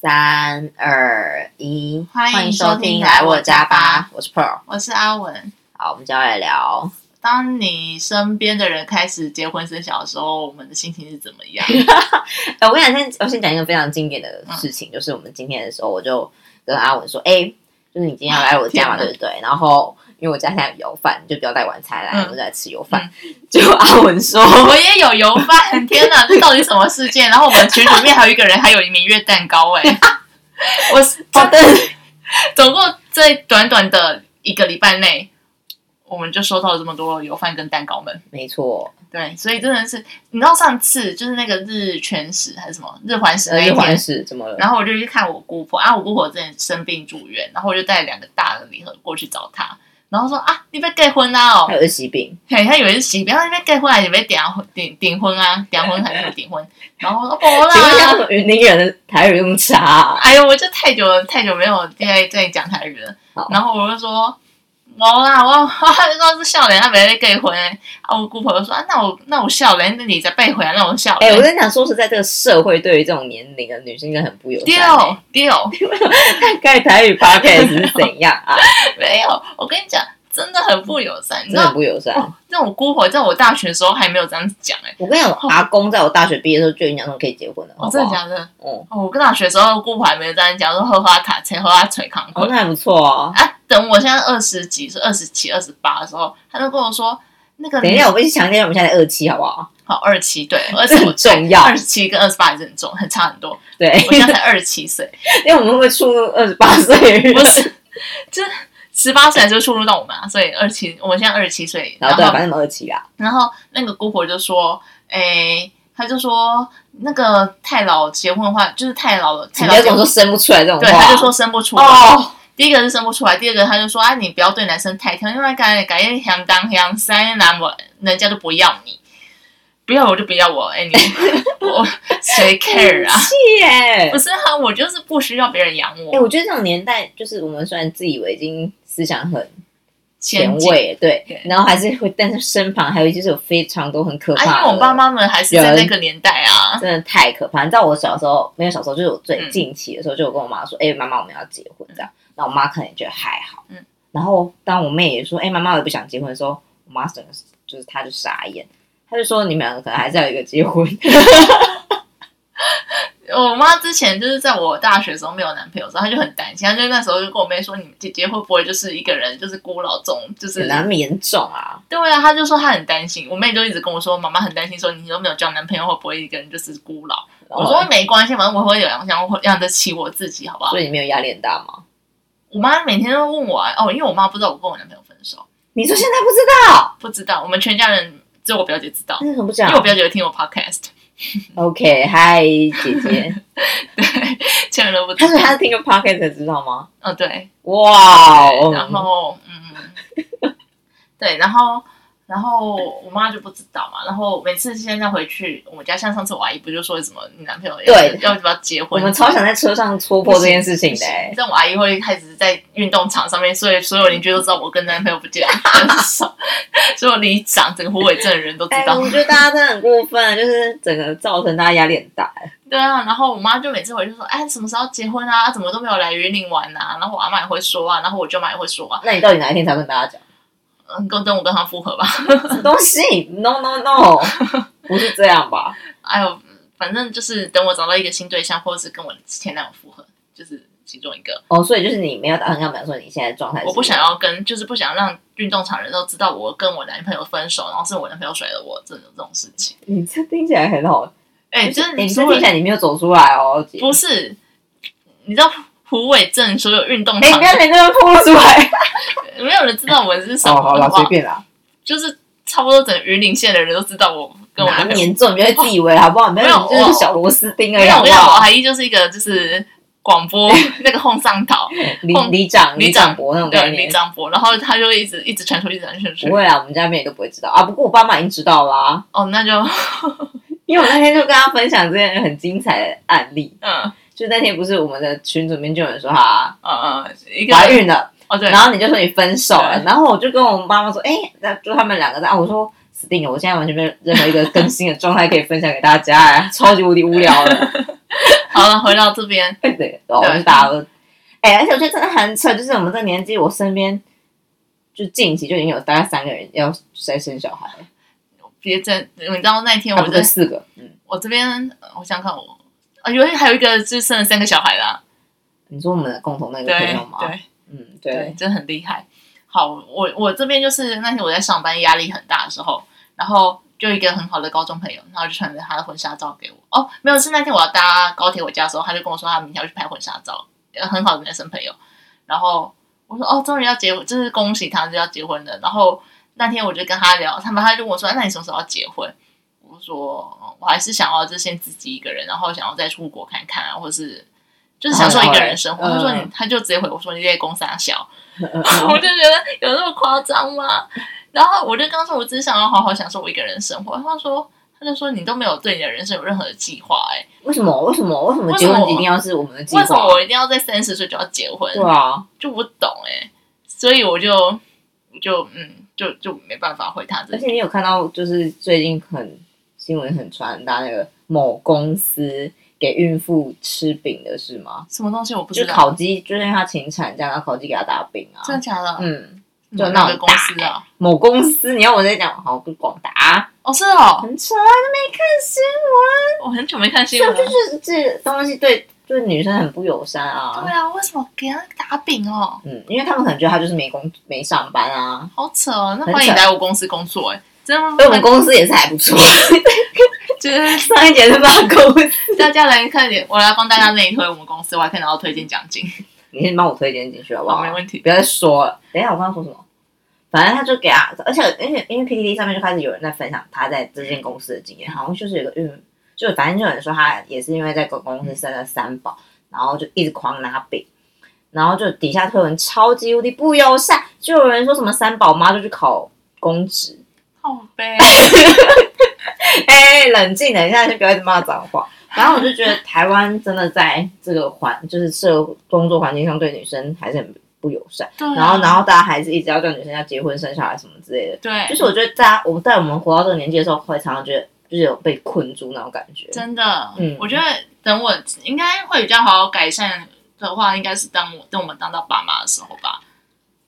三二一，欢迎欢迎收收听《听来来我我家家吧》吧，我是 Pearl。我是阿文。好，我们接下来聊，当你身边的人开始结婚生小的时候，我们的心情是怎么 样？呃，我想先我先讲一个非常经典的嗯事情，就是我们今天的时候，我就跟阿文说，哎、就是你今天要来我家嘛， 天哪对不对？然后因为我家现在有油饭，你就不要带晚餐来，嗯我们就来吃油饭。 结果阿文 说，我也有油饭，天 哪，这到底什么事件？然后我们群里面还有一个人还有明月蛋糕、哎， 我好的，总共在短短的一个礼拜内，我们就收到了这么多油饭跟蛋糕们。 没错，对，所以真的是，你知道上次就是那个日全食还是什么日环食呃，那一一环天，是怎么了？然后我就去看我姑婆啊，我姑婆之前生病住院，然后我就带两个大的礼盒过去找她，然后说啊，你被结婚啊哦还，有二喜饼，嘿，她以为是喜，不要被结婚啊，你被点婚点点婚啊，点婚还是点婚，然后我说不请问一下，啦，为云林人的台语用差、哎呦，我就太久了，太久没有在在讲台语了好，然后我就说。我啦，我 我就说是笑脸，她没被结婚啊！我姑婆就说啊，那我那我笑脸，那你再背回来，那我笑哎、脸。我跟你讲，说实在，这个社会对于这种年龄的女性真的很不友善、丢丢，盖台语 podcast 是怎样啊？没有，我跟你讲，真的很不友善，你真知的很道。不友善。那我姑婆在我大学的时候还没有这样子讲哎、我跟你讲，阿公在我大学毕业的时候就已经讲说可以结婚了，好哦，不真好？的假的？嗯，哦，我跟大学的时候姑婆还没有这样讲，说喝花塔才喝花腿康哦，坤。那还不错哦。啊，等我现在二十几岁，二十七、二十八的时候，他就跟我说那个等一下，我们强调我们现在二期好不好？好二十七对，二这十很重要二十七跟二十八还是很重，很差 很多。对， 我现在才二十 七岁，因为我们会触怒二十八岁的人不是，这十八岁才就触入到我们啊，所以二十七，我们现在二十七岁，然然后后对啊，反正我们二期啦。然后那个姑婆就说：“诶，她就说那个太老结婚的话，就是太老了，请不太老要结跟我说婚，生不出来这种话。对，她就说生不出来。哦，第一个是生不出来，第二个她就说：‘啊，你不要对男生太挑，因为改改天香当香三男我人家就不要你，不要我就不要我，哎、你我谁 care 啊？气耶不！是啊，我就是不需要别人养哎，我，我觉得这种年代，就是我们虽然自以为已经思想很前前进。卫，对对，然后还是会，但是身旁还有就是有非常多很可啊，因怕为的。我爸妈们还是在人那个年代 啊，真的太可怕。你知道我小时候没有小时候，就是我最嗯近期的时候，就有跟我妈说：“哎、妈妈，我们要结婚。”这样，那我妈可能也觉得还好。嗯。然后当我妹也说：“哎、妈妈，我不想结婚。”的时候，我妈整个就是她就傻眼，她就说：“你们两个可能还是要有一个结婚。我妈之前就是在我大学的时候没有男朋友的时候，她就很担心，她就那时候就跟我妹说：“你姐姐会不会就是一个人，就是孤老终，就”是很难严重啊！对啊？”她就说她很担心，我妹就一直跟我说：“妈妈很担心，说你都没有交男朋友，会不会一个人就是孤老？”哦我说：“没关系，反正我会有养养我养得起我自己，好不好所以你没有压力很大吗？？”我妈每天都问我、啊、哦，因为我妈不知道我跟我男朋友分手，你说现在不知道，不知道，我们全家人只有我表姐知道，那你怎么不因讲为我表姐有听我 podcast， ？OK，嗨，姐姐，其他人都不她知说道。她是听个 podcast 才知道吗？嗯，对。哇哦，然后嗯，对，然后然后我妈就不知道嘛，然后每次现在回去我们家，像上次我阿姨不就说什么你男朋友要对要不要结我婚？们超想在车上戳破这件事情不的、行欸。但我阿姨会开始在运动场上面，所以所有邻居都知道我跟男朋友不见了 分手，所有里长整个湖尾镇的人都知哎，道。我觉得大家真的很过分，啊就是整个造成大家压力很大。对啊，然后我妈就每次回去说，哎，什么时候结婚啊？怎么都没有来云林玩啊？然后我阿妈也会说啊，然后我舅妈也会说啊，那你到底哪一天才跟大 家讲？嗯，跟等我跟她复合吧。 什么东西？No No No，不 是这样吧？哎呦，反正就是等我找到一个新对象，或者是跟我前男友复合，就是其中一个。哦，所以就是你没有打算跟他们讲说你现在状态是，我不想要跟，就是不想让运动场人都知道我跟我男朋友分手，然后是我男朋友甩了我这种这种事情。你这听起来很好，哎、就哎是你你这说听起来你没有走出来哦，姐不是，你知道胡伟镇所有运动哎，场不要每个人扑出来。没有人知道我是什哦，么好的了，话，随便啦，就是差不多整个云林县的人都知道我跟我哪男么朋友。严重你就会自以为好不好？没没有，有你就是我小螺丝钉而没已，有，啊好我不跟你讲，我好？阿姨就是一个就是广播那个哄上岛，里碰里长里里长长伯那种概对，李念，长博，然后他就一直一直传出，一直传出去不。会啦，啊我们家面都不会知道啊。不过我爸妈已经知道啦。哦，那就因为我那天就跟他分享这件很精彩的案例，嗯就那天不是我们的群组里面就有人说他嗯嗯，一个怀孕了，哦对，然后你就说你分手了，对然后我就跟我妈妈说，哎、那就他们两个在啊，我说死定了，啊 我现在完全没有任何一个更新的状态可以分享给大家、哎，超级无敌无聊了。好了，回到这边，对，我们大家都，哎、而且我觉得真的很扯，就是我们这个年纪，我身边就近期就已经有大概三个人要再生小孩了，别真，你知道那天啊我不在对，四个，嗯，我这边，呃我想想看我，啊，因为还有一个是生了三个小孩啦，你说我们的共同那个对朋友吗？对嗯，对对，，真的很厉害。好，我我这边就是那天我在上班压力很大的时候，然后就一个很好的高中朋友，然后就传了他的婚纱照给我。哦，没有，是那天我要搭高铁回家的时候，他就跟我说他明天要去拍婚纱照，呃很好的男生朋友。然后我说哦，终于要结婚，就是恭喜他就要结婚了。然后那天我就跟他聊，他们他就问我说，哎那你什么时候要结婚？我说嗯我还是想要就先自己一个人，然后想要再出国看看啊，或者是就是享受一个人生活。嗯他说你嗯，他就直接回我说你在公司小。嗯 我就觉得有那么夸张吗？然后我就跟他说，我只是想要好好享受我一个人生活。他说，他就说你都没有对你的人生有任何的计划、欸，为什么？为什么？为什么为结什么婚一定要是我们的计划？为什么我一定要在三十岁就要结婚？对啊，就不懂哎、欸所以我就我就嗯，就就没办法回他这而。且你有看到，就是最近很新闻很传达那个某公司给孕妇吃饼的事吗？什么东西我不就知道，烤鸡，就是因为她停产假，然后烤鸡给她打饼啊。真的假的？嗯，就就那那个种公司啊？某公司，你要我在讲，好，不广达哦，是哦，很扯啊，都没看新闻，我很久没看新所闻以就了。是这东西对对女生很不友善啊。对啊，为什么给他打饼哦？嗯，因为他们可能觉得她就是没工没上班啊，好扯哦！那很欢迎扯来我公司工作、欸，哎，真的吗所以我们公司也是还不 错。就是上一节是帮公司，大家来看点，我来帮大家内推我们公司，我还可以拿到推荐奖金。你先帮我推荐进去好不好，好没？问题。不要再说了。等一下，我刚刚说什么？反正他就给他，而且而且因为 PPT 上面就开始有人在分享他在这间公司的经验，好像就是有一个孕，就反正就有人说他也是因为在公公司生了三宝，然后就一直狂拿饼，然后就底下推文超级无敌不友善，就有人说什么三宝妈就去考公职， 好呗，哎、冷静，等一下，先不要一直骂脏话。然后我就觉得台湾真的在这个环，就是社会工作环境上对女生还是很不友善。对啊然后，然后大家还是一直要叫女生要结婚、生小孩什么之类的。对，就是我觉得大家，我们在我们活到这个年纪的时候，会常常觉得就是有被困住那种感觉。真的，嗯我觉得等我应该会比较好好改善的话，应该是当我等我们当到爸妈的时候吧。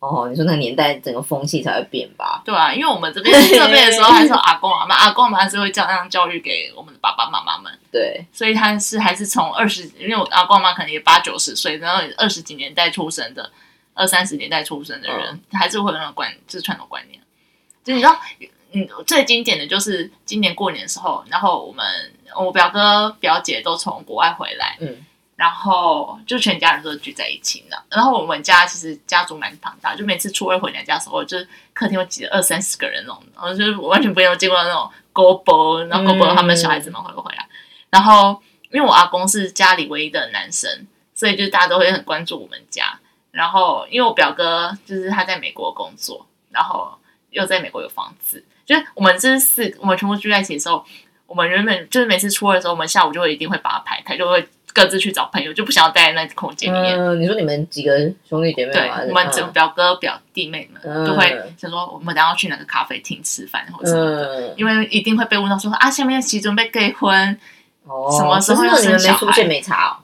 哦，你说那个年代整个风气才会变吧？对啊，因为我们这边这边的时候还是有阿公阿妈，阿公阿妈还是会这样教育给我们的爸爸妈妈们，对，所以他是还是从二十，因为我阿公阿妈可能也八九十岁，然后二十几年代出生的，二三十年代出生的人，还是会有那种观，就是传统观念。就你知道，嗯，最经典的就是今年过年的时候，然后我们我表哥表姐都从国外回来，嗯，然后就全家人都聚在一起呢。然后我们家其实家族蛮庞大，就每次初二回娘家的时候，就是客厅会挤了二三十个人那种，然后就是我完全没有见过那种狗伯，然后狗伯他们小孩子们会回来。然后因为我阿公是家里唯一的男生，所以就是大家都会很关注我们家。然后因为我表哥就是他在美国工作，然后又在美国有房子，就是我们这四我们全部聚在一起的时候，我们原本就是每次初二的时候，我们下午就会一定会把它排开，就会各自去找朋友，就不想要待在那个空间里面。嗯，你说你们几个兄弟姐妹对吗？，我们整嗯表哥表弟妹们嗯就会想说，我们等一下要去哪个咖啡厅吃饭或者什么，嗯，因为一定会被问到说啊，下面期准备结婚，哦，什么时候要可是如果你们生小没出孩现没查哦？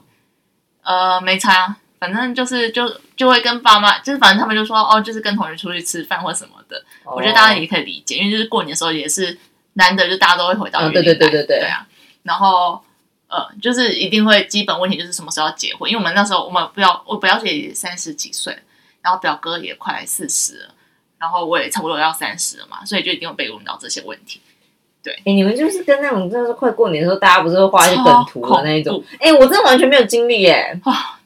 呃，没差，反正就是就就会跟爸妈，就是反正他们就说哦，就是跟同学出去吃饭或什么的。我觉得大家哦也可以理解，因为就是过年的时候也是难得，就大家都会回到嗯对原地对对来对对对啊。然后呃，就是一定会基本问题就是什么时候要结婚，因为我们那时候我们不要我表姐也三十几岁，然后表哥也快四十了，然后我也差不多要三十了嘛，所以就一定会被问到这些问题。哎、你们就是跟那种真的是快过年的时候，大家不是会画一些梗图的那一超恐种？哎、我真的完全没有经历耶，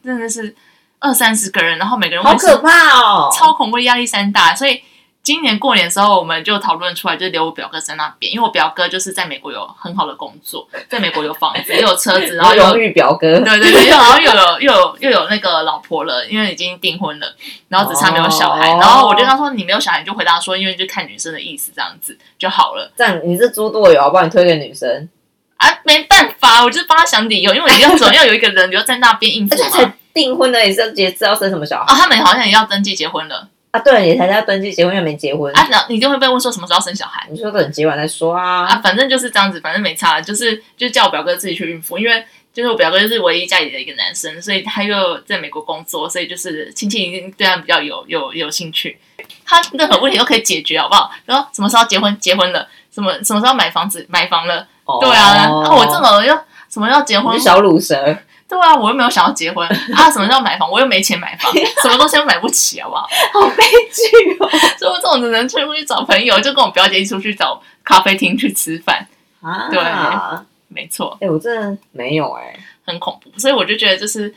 真的是二三十个人，然后每个人好问可怕哦！超恐怖，压力山大。所以今年过年的时候，我们就讨论出来，就留我表哥在那边，因为我表哥就是在美国有很好的工作，在美国有房子，又有车子， 然后荣又誉表哥， 对对对，然后又有又有又有那个老婆了，因为已经订婚了，然后只差没有小孩。哦然后我就跟他说，你没有小孩，你就回答说，因为就看女生的意思这样子就好了。这样你是猪队友，我帮你推给女生，啊，没办法，我就是帮他想理由，因为你要总要有一个人留在那边应 付而且嘛。才订婚的，也是也知道生什么小孩啊，他们好像也要登记结婚了啊？对，也才要登记结婚，又没结婚，啊，然后你就会被问说什么时候生小孩。你说等结完再说啊？啊，反正就是这样子，反正没差，就是就叫我表哥自己去孕妇，因为就是我表哥就是唯一家里的一个男生，所以他又在美国工作，所以就是亲戚已经对他比较有有有兴趣。他任何问题都可以解决，好不好？然后什么时候结婚？结婚了。什么什么时候买房子？买房了。对啊，哦然后我这种又什么要结你婚是？小乳蛇，对啊，我又没有想要结婚啊，什么叫买房？我又没钱买房，什么东西都买不起，好不好？好悲剧 哦！所以我这种只能去去找朋友，就跟我表姐一起出去找咖啡厅去吃饭，啊，对哎、没错，我真的没有哎、很恐怖。所以我就觉得，就是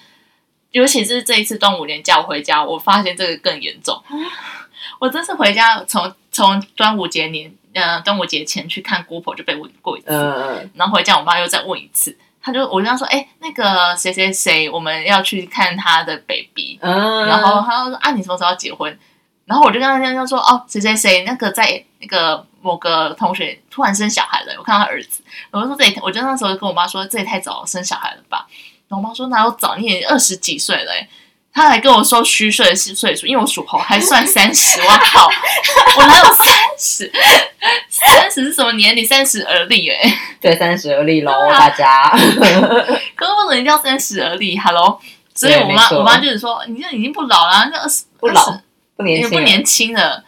尤其是这一次端午连假我回家，我发现这个更严重。 我这次回家从从端午节年，呃，端午节前去看姑婆就被问过一次，嗯、然后回家我妈又再问一次。她就我跟她说，哎、那个谁谁谁，我们要去看她的 baby，嗯，然后他就说啊，你什么时候要结婚？然后我就跟他这样说哦，谁谁谁那个在那个某个同学突然生小孩了，我看到他儿子，我就说这也，我就那时候跟我妈说这也太早生小孩了吧？然后我妈说哪有早，你也二十几岁了、欸。他还跟我说虚岁的岁数，因为我属猴，还算三十。我靠，我哪有三十？三十是什么年龄？三十而立哎、对三十而立喽，对啊大 家。可是为什么一定要三十而立？Hello，所以对我没妈错我妈就是说，你这已经不老了，啊那二十不老20不年也轻，不年轻了，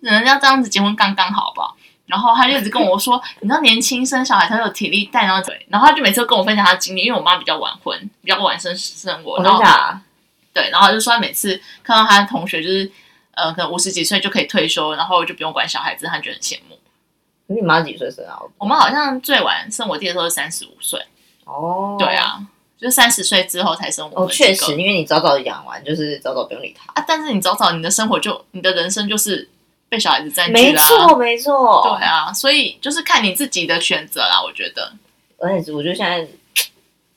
人家这样子结婚刚刚好，好不好？然后他就一直跟我说，你知道年轻生小孩才会有体力带，然后对，然后他就每次都跟我分享他的经历，因为我妈比较晚婚，比较晚生生我，我然跟后你讲，对，然后他就说他每次看到他的同学就是呃，可能五十几岁就可以退休，然后就不用管小孩子，他觉得很羡慕。你妈几岁生啊？我们好像最晚生我弟的时候是三十五岁，哦，对，啊，就三十岁之后才生我哦，们几个、确实，因为你早早养完，就是早早不用理他。啊，但是你早早你的生活就你的人生就是被小孩子占据没啦、错，没错，对啊，所以就是看你自己的选择啦，我觉得。而且我觉得现在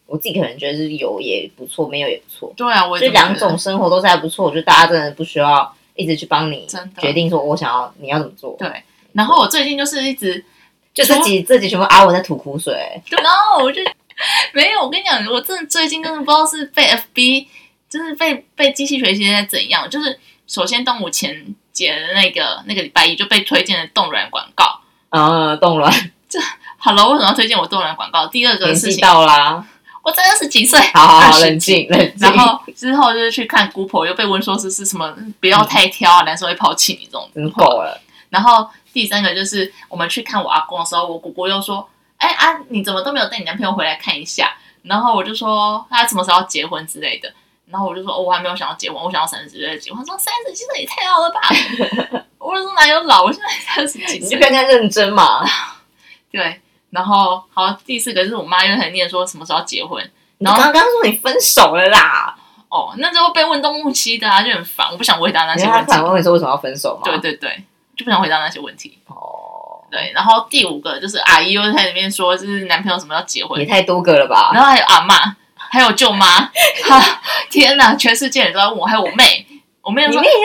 我自己可能觉得是有也不错，没有也不错，对啊，我就也这么觉两得种生活都是还不错。我觉得大家真的不需要一直去帮你真的决定说我想要你要怎么做。对。然后我最近就是一直，就这集这集全部阿文在吐苦水，对然后我就没有，我跟你讲，我真的最近真的不知道是被 FB，就是被被机器学习在怎样，就是首先端午前节的那个那个礼拜一就被推荐了冻卵广告。啊，动乱，好了，为什么要推荐我冻卵广告？第二个年事纪情，到啦，我才二十 几岁，好好好， 20冷静冷静然，后之后就是去看姑婆，又被问说是是什么，不要太挑啊，男生会抛弃你这种真够了，然后第三个就是我们去看我阿公的时候，我姑姑又说：“哎啊，你怎么都没有带你男朋友回来看一下？”然后我就说：“他什么时候要结婚之类的？”然后我就说：“哦、我还没有想要结婚，我想要三十几岁结婚。”他说：“三十几岁也太老了吧？”我就说：“哪有老？我现在三十几你就岁跟。他认真嘛，”对。然后好，第四个就是哦我妈又很念说什么时候要结婚。你刚刚说你分手了啦，哦，那时候被问东问西的啊，就很烦，我不想回答那你 些看他问题。反问你说为什么要分手嘛，对对对，就不想回答那些问题。哦，对，然后第五个就是阿姨又在里面说，就是男朋友什么要结婚也，太多个了吧，然后还有阿嬷，还有舅妈，哈，天哪，全世界人都在问我，还有我妹，我妹里说面，也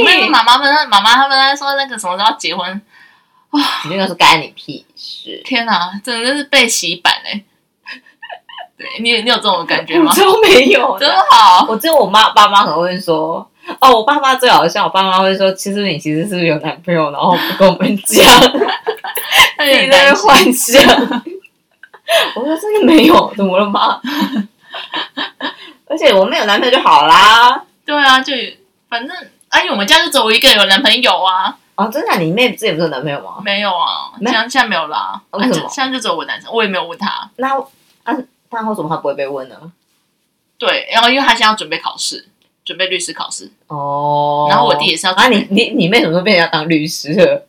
我问妹你问，妈妈们，妈妈他们在说那个什么时候要结婚，你就跟他说干你屁事，天哪，真的是被洗版哎、对你有你有这种感觉 吗我？都没有真的。好， 我只有我妈爸妈可能会说，哦，我爸妈最好笑，我爸妈会说，其实你其实是不是有男朋友，然后不跟我们 讲，那自有己点在那边担心幻想。我说真的没有，怎么了吗？ 而且我没有男朋友就好啦。对啊，就反正哎，因为我们家就只有我一个人有男朋友啊，哦，真的啊、你妹之前不是有男朋友吗？没有啊，没哦现在现在没有啦，为什么啊现在就只有我男生，我也没有问他，那啊，那为什么她不会被问呢？对，然后因为他现在要准备考试，准备律师考试，哦，然后我弟也是要啊，准你备你你妹什么时候变成要当律师了？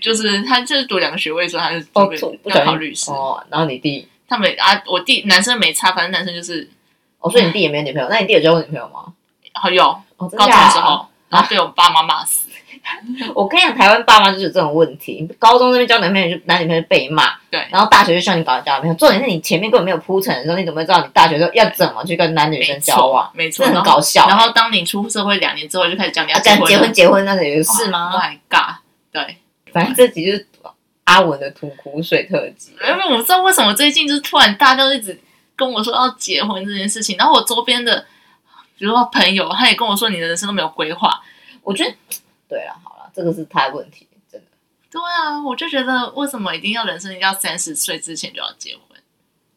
就是他就是读两个学位，所以他是哦准备不不小要心考律师。哦，然后你弟，他们啊，我弟男生没差，反正男生就是哦，所以你弟也没有女朋友，那你弟有交过女朋友吗？好有哦，真高的中啊的时候，然后被我爸妈骂死。我跟你讲，台湾爸妈就是有这种问题。高中那边交男朋友就男女朋友就被骂，对然后大学就希望你搞交男朋友。重点是你前面根本没有铺陈的时候，你怎么会知道你大学时候要怎么去跟男女生没交错往？，没这错。很然后啊搞笑欸。然后当你出社会两年之后，就开始讲你要啊，讲婚结婚了，结婚那个也是？Oh 吗？ my god！对，反正这集就是阿文的吐苦水特辑。因为我不知道为什么最近就是突然大家都一直跟我说要结婚这件事情，然后我周边的，比如说朋友，他也跟我说你的人生都没有规划。我觉得，对了，好了，这个是他的问题，真的。对啊，我就觉得为什么一定要人生一定要三十岁之前就要结婚？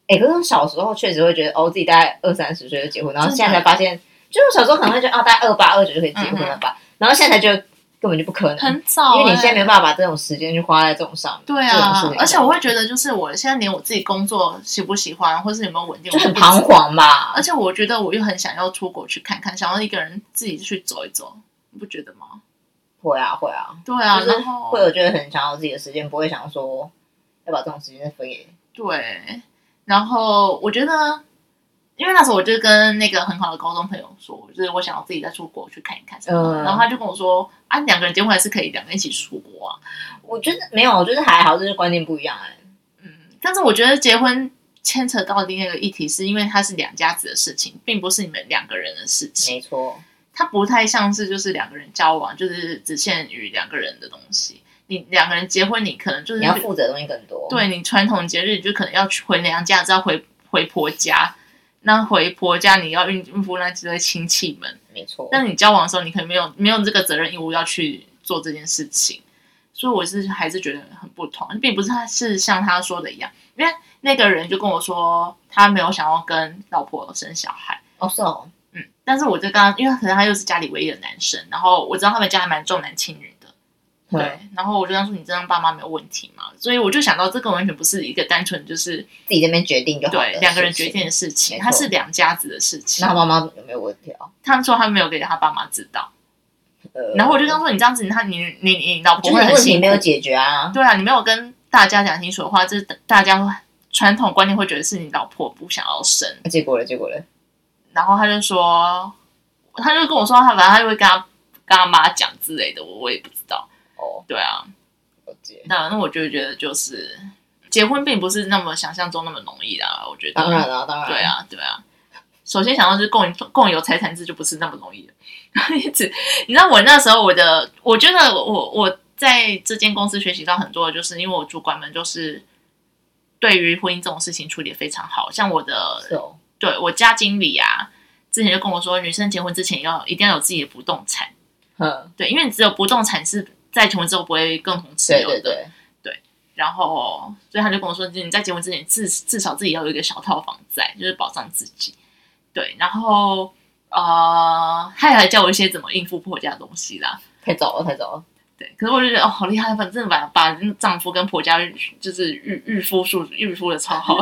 哎、可是我小时候确实会觉得，哦，自己大概二三十岁就结婚，然后真的现在才发现，就是我小时候可能会觉得，啊，大概二八二九就可以结婚了吧，然后现在才觉得根本就不可能，嗯很早欸、因为你现在没有办法把这种时间去花在这种上面，对这种事啊情，而且我会觉得，就是我现在连我自己工作喜不喜欢，或是有没有稳定，就很我都不知道彷。徨吧而。且我觉得我又很想要出国去看看，想要一个人自己去走一走，你不觉得吗？会啊，会啊，对啊，就是然后会有觉得很想要自己的时间，不会想说要把这种时间再分给对，然后我觉得，因为那时候我就跟那个很好的高中朋友说，就是我想要自己再出国去看一看什么的，嗯然后他就跟我说啊，两个人结婚还是可以两个人一起出国啊，我觉得没有，我觉得还好，就是观念不一样哎、嗯，但是我觉得结婚牵扯到另一个议题，是因为它是两家子的事情，并不是你们两个人的事情，没错，它不太像是就是两个人交往，就是只限于两个人的东西。你两个人结婚，你可能就是你要负责的东西更多。，对你传统节日，你就可能要去回娘家，再回回婆家。那回婆家，你要应应付那几对亲戚们。没错。那你交往的时候，你可能没有没有这个责任义务要去做这件事情，所以我是还是觉得很不同，并不是他是像他说的一样，因为那个人就跟我说他没有想要跟老婆生小孩，哦，是哦，嗯，但是我就刚因为可能他又是家里唯一的男生，然后我知道他们家还蛮重男轻女的，对嗯，，然后我就跟他说你这样爸妈没有问题嘛，所以我就想到这个完全不是一个单纯就是自己这边决定就好了。对两个人决定。的事情，没错它是两家子的事情那他。妈妈有没有问题啊？他们说他没有给他爸妈知道，呃然后我就跟他说你这样子，他你你你老婆就是会你很问题辛苦没，有解决啊。对啊，你没有跟大家讲清楚的话，就是大家会传统观念会觉得是你老婆不想要生，那结果了，结果了，然后他就说，他就跟我说他反正他就会跟他跟他妈讲之类的，我我也不知道，哦，对啊，了解。那那我就会觉得就是结婚并不是那么想象中那么容易啦，我觉得。当然了，当然。对，啊，对啊。首先想到就是共有共有财产制就不是那么容易的， 一直你知道我那时候我的，我觉得我我在这间公司学习到很多，就是因为我主管们就是对于婚姻这种事情处理的非常好，像我的是哦，对我家经理啊，之前就跟我说，女生结婚之前要一定要有自己的不动产，嗯，对，因为你只有不动产是在结婚之后不会共同持对有的，对对，然后，所以他就跟我说，你在结婚之前至至少自己要有一个小套房在，就是保障自己。对，然后呃，他也还教我一些怎么应付婆家的东西啦。太早了，太早了。对，可是我就觉得哦，好厉害，反正把把丈夫跟婆家就是预预夫术预夫的超好，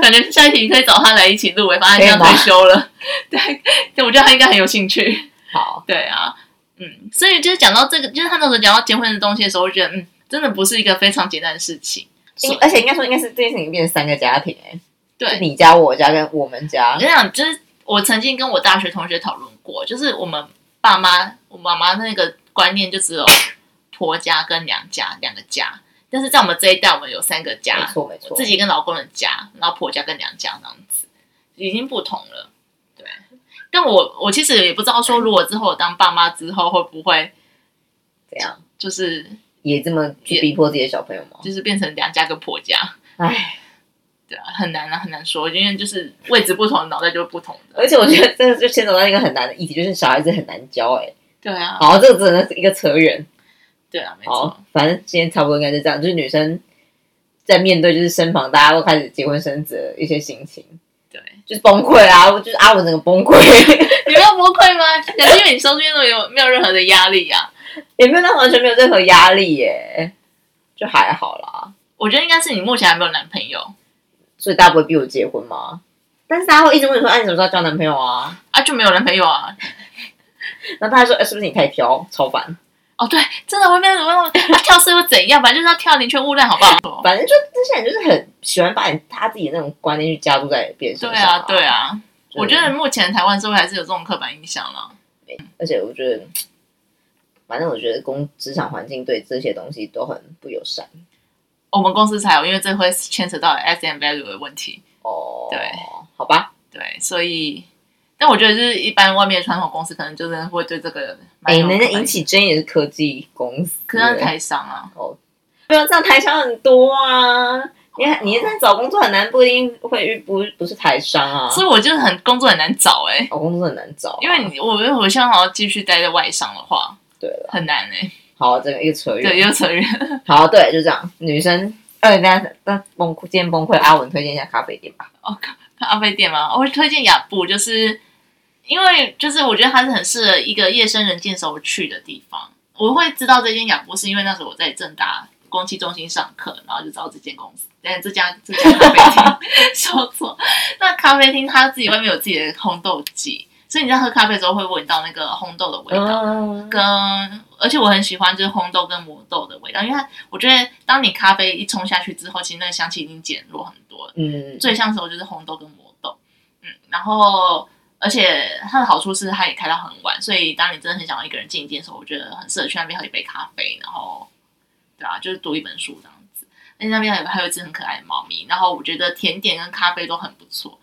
感觉下一题你可以找他来一起录，我发可现他以退吗休了。对，对，我觉得他应该很有兴趣。好，对啊，嗯，所以就是讲到这个，就是他那时候讲到结婚的东西的时候，我就觉得嗯，真的不是一个非常简单的事情。应所以而且应该说，应该是这件事情变成三个家庭哎，对就你家、我家跟我们家我。跟你讲，就是我曾经跟我大学同学讨论过，就是我们爸妈，我妈妈那个观念就只有婆家跟娘家两个家，但是在我们这一代，我们有三个没家，错没错自，己跟老公的家，然后婆家跟娘家这样子，已经不同了。对，但我我其实也不知道说，如果之后我当爸妈之后，会不会 这样就是也这么去逼迫自己的小朋友吗？就是变成娘家跟婆家？唉，对啊，很难啊，很难说，因为就是位置不同，脑袋就是不同的。而且我觉得这个就牵扯到一个很难的议题，就是小孩子很难教哎。对啊，好，这个真的是一个扯远。对啊，没错。好，反正今天差不多应该是这样，就是女生在面对就是身旁大家都开始结婚生子的一些心情，对，就是崩溃啊，我就是阿文整个崩溃， 你没有崩溃吗？可是因为你身边都有没有任何的压力啊？也没有到完全没有任何压力耶，就还好啦。我觉得应该是你目前还没有男朋友所以大家不会逼我结婚吗？但是大家会一直问你说，哎、你什么时候交男朋友啊？啊，就没有男朋友啊。然后大家说，哎、是不是你太挑？超烦。哦，对，真的会被怎么啊？跳是又怎样？反正就是要跳宁缺毋滥，好不 好？反正就这些人就是很喜欢把你他自己的那种观念去加注在别人身对上、啊，对啊，啊。就是我觉得目前台湾社会还是有这种刻板印象了。而且我觉得，反正我觉得工职场环境对这些东西都很不友善。我们公司才有，因为这会牵扯到 S M value 的问题。哦，对，好吧。对，所以，但我觉得就是一般外面的传统公司可能就是会对这个蛮哎、有能够刻板引印象，起争议的是科技公司，可能台商啊。没有这样台商很多啊。你看你在找工作很难，不一定会遇不不是台商啊，所以我就是很工作很难找哎、找工作很难找啊、因为你我我现在好像继续待在外商的话对了，啊很难哎、好，这个一个扯对，远，又扯远。 好，对，就这样。女生，呃，等一下那崩今天崩溃，阿文推荐一下咖啡店吧。咖啡店吗？我会推荐雅布，就是因为就是我觉得它是很适合一个夜深人静的时候去的地方。我会知道这间雅布是因为那时候我在正大公器中心上课，然后就知道这间公司，但这家这家咖啡 厅说错。那咖啡厅它自己外面有自己的烘豆机，所以你在喝咖啡的时候会闻到那个烘豆的味道。嗯，跟而且我很喜欢就是烘豆跟磨豆的味道，因为它我觉得当你咖啡一冲下去之后，其实那个香气已经减弱很多了。嗯，最像的时候就是红豆跟魔豆，嗯，然后而且它的好处是它也开到很晚，所以当你真的很想要一个人静一静的时候，我觉得很适合去那边喝一杯咖啡，然后对啊，就是读一本书这样子。而且那边还有还有一只很可爱的猫咪，然后我觉得甜点跟咖啡都很不错。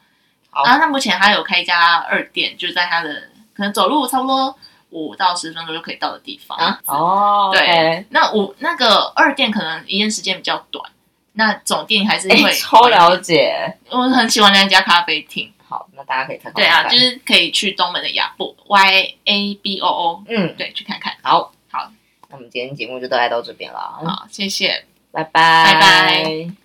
好然后它目前还有开一家二店，就在它的可能走路差不多五到十分钟就可以到的地方。啊，哦，对 OK，那我那个二店可能营业时间比较短，那总店还是哎、会超了解。我很喜欢那家咖啡厅，好，那大家可以参考对看啊，看。就是可以去东门的雅布 Y A B O O，嗯，对，去看看。好，好，那我们今天节目就大概到这边了，好，谢谢，拜拜，拜拜。